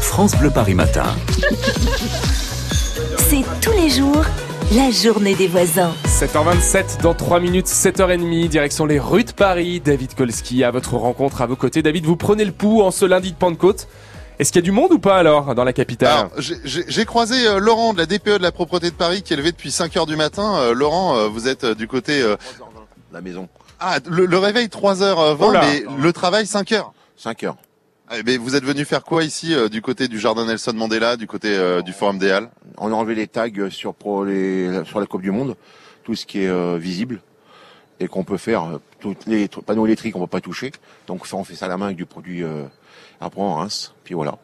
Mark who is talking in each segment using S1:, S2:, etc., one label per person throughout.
S1: France Bleu Paris Matin.
S2: C'est tous les jours la journée des voisins.
S3: 7h27, dans 3 minutes, 7h30, direction les rues de Paris. David Kolski à votre rencontre, à vos côtés. David, vous prenez le pouls en ce lundi de Pentecôte. Est-ce qu'il y a du monde ou pas alors dans la capitale
S4: Alors, j'ai- j'ai j'ai croisé euh, Laurent de la DPE de la propreté de Paris qui est levé depuis 5 heures du matin. Euh, Laurent, euh, vous êtes euh, du côté euh,
S5: La maison.
S4: ah le, le réveil 3h20
S3: Oh là.
S4: mais le travail 5 heures.
S5: 5 heures.
S4: Eh ben, vous êtes venu faire quoi ici euh, du côté du jardin Nelson Mandela, du côté euh, du Forum des Halles
S5: On a enlevé les tags sur, pro- les, sur la Coupe du Monde, tout ce qui est euh, visible et qu'on peut faire, euh, tous les tr- panneaux électriques on ne peut pas toucher. Donc ça, on fait ça à la main avec du produit euh, à prendre en rince. Puis voilà.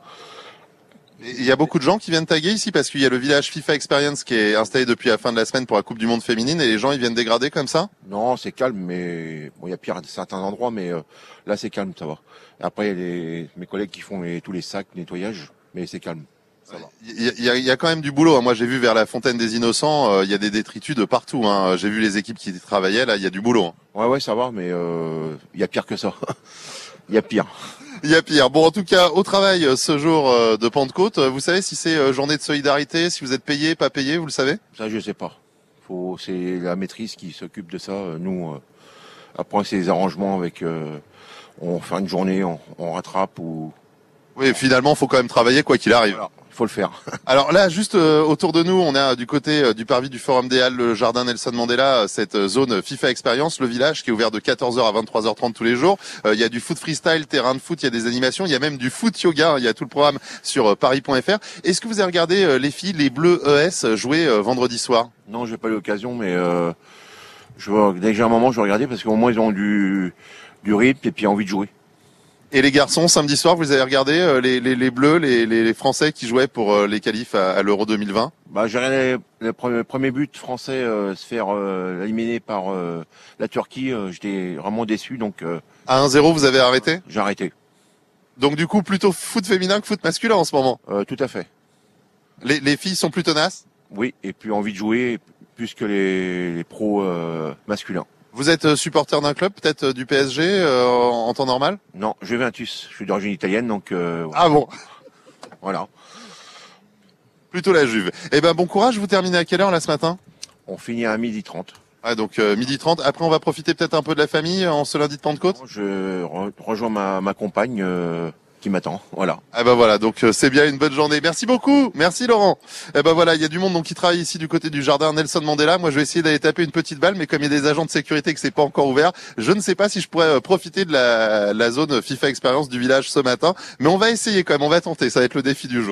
S4: Et Il y a beaucoup de gens qui viennent taguer ici parce qu'il y a le village FIFA Experience qui est installé depuis la fin de la semaine pour la Coupe du Monde féminine et les gens ils viennent dégrader comme ça.
S5: Non, c'est calme, mais bon, il y a pire à certains endroits, mais euh, là c'est calme, ça va. Après, il y a les, mes collègues qui font les- tous les sacs, nettoyage, mais c'est calme. Ça va.
S4: Il y, a- il y a- il y a quand même du boulot. hein. Moi j'ai vu vers la Fontaine des Innocents, euh, il y a des détritus de partout. hein. J'ai vu les équipes qui travaillaient là, il y a du boulot. hein.
S5: Ouais, ouais, ça va, mais euh, il y a pire que ça. Il y a pire.
S4: Il y a pire. Bon, en tout cas, au travail euh, ce jour euh, de Pentecôte, euh, vous savez si c'est euh, journée de solidarité, si vous êtes payé, pas payé, vous le savez
S5: Ça, je sais pas. Faut, c'est la maîtrise qui s'occupe de ça. Euh, Nous, euh, après, c'est les arrangements avec. euh, on fait une journée, on, on rattrape ou.
S4: Oui, finalement, faut quand même travailler quoi qu'il arrive.
S5: Voilà, faut le faire.
S4: Alors là, juste euh, autour de nous, on a euh, du côté euh, du parvis du Forum des Halles, le jardin Nelson Mandela, euh, cette euh, zone FIFA Experience, le village qui est ouvert de 14h à 23h30 tous les jours. Euh, Il y a du foot freestyle, terrain de foot, il y a des animations, il y a même du foot yoga, hein, il y a tout le programme sur euh, paris.fr. Est-ce que vous avez regardé euh, les filles, les Bleus ES jouer euh, vendredi soir
S5: Non, j'ai pas eu l'occasion, mais euh, je vois, déjà un moment, je regardais parce qu'au moins ils ont du du rythme et puis envie de jouer.
S4: Et les garçons, samedi soir, vous avez regardé euh, les, les, les Bleus, les, les, les Français qui jouaient pour euh, les qualifs à, à l'Euro 2020
S5: Bah, j'ai regardé le premier, premier but français euh, se faire euh, éliminer par euh, la Turquie. euh, J'étais vraiment déçu, donc euh,
S4: À 1-0, vous avez arrêté
S5: j'ai arrêté.
S4: Donc du coup, plutôt foot féminin que foot masculin en ce moment.
S5: Euh, tout à fait.
S4: Les, les filles sont plus tenaces
S5: Oui, et puis envie de jouer plus que les, les pros euh, masculins.
S4: Vous êtes euh, supporter d'un club, peut-être euh, du PSG euh, en en temps normal
S5: Non, Juventus. Je suis d'origine italienne, donc euh,
S4: Ah bon
S5: voilà.
S4: Plutôt la Juve. Eh ben bon courage, vous terminez à quelle heure là ce matin
S5: On finit à midi 30.
S4: Ah donc euh, midi 30. Après, on va profiter peut-être un peu de la famille euh, en ce lundi de Pentecôte
S5: Je re- rejoins ma, ma compagne euh, qui m'attend. Voilà.
S4: Ah bah voilà, donc euh, c'est bien une bonne journée. Merci beaucoup, merci Laurent. Eh ben voilà, il y a du monde donc qui travaille ici du côté du jardin Nelson Mandela. Moi, je vais essayer d'aller taper une petite balle, mais comme il y a des agents de sécurité et que c'est pas encore ouvert, je ne sais pas si je pourrais euh, profiter de la, la zone FIFA Experience du village ce matin. Mais on va essayer quand même, on va tenter. Ça va être le défi du jour.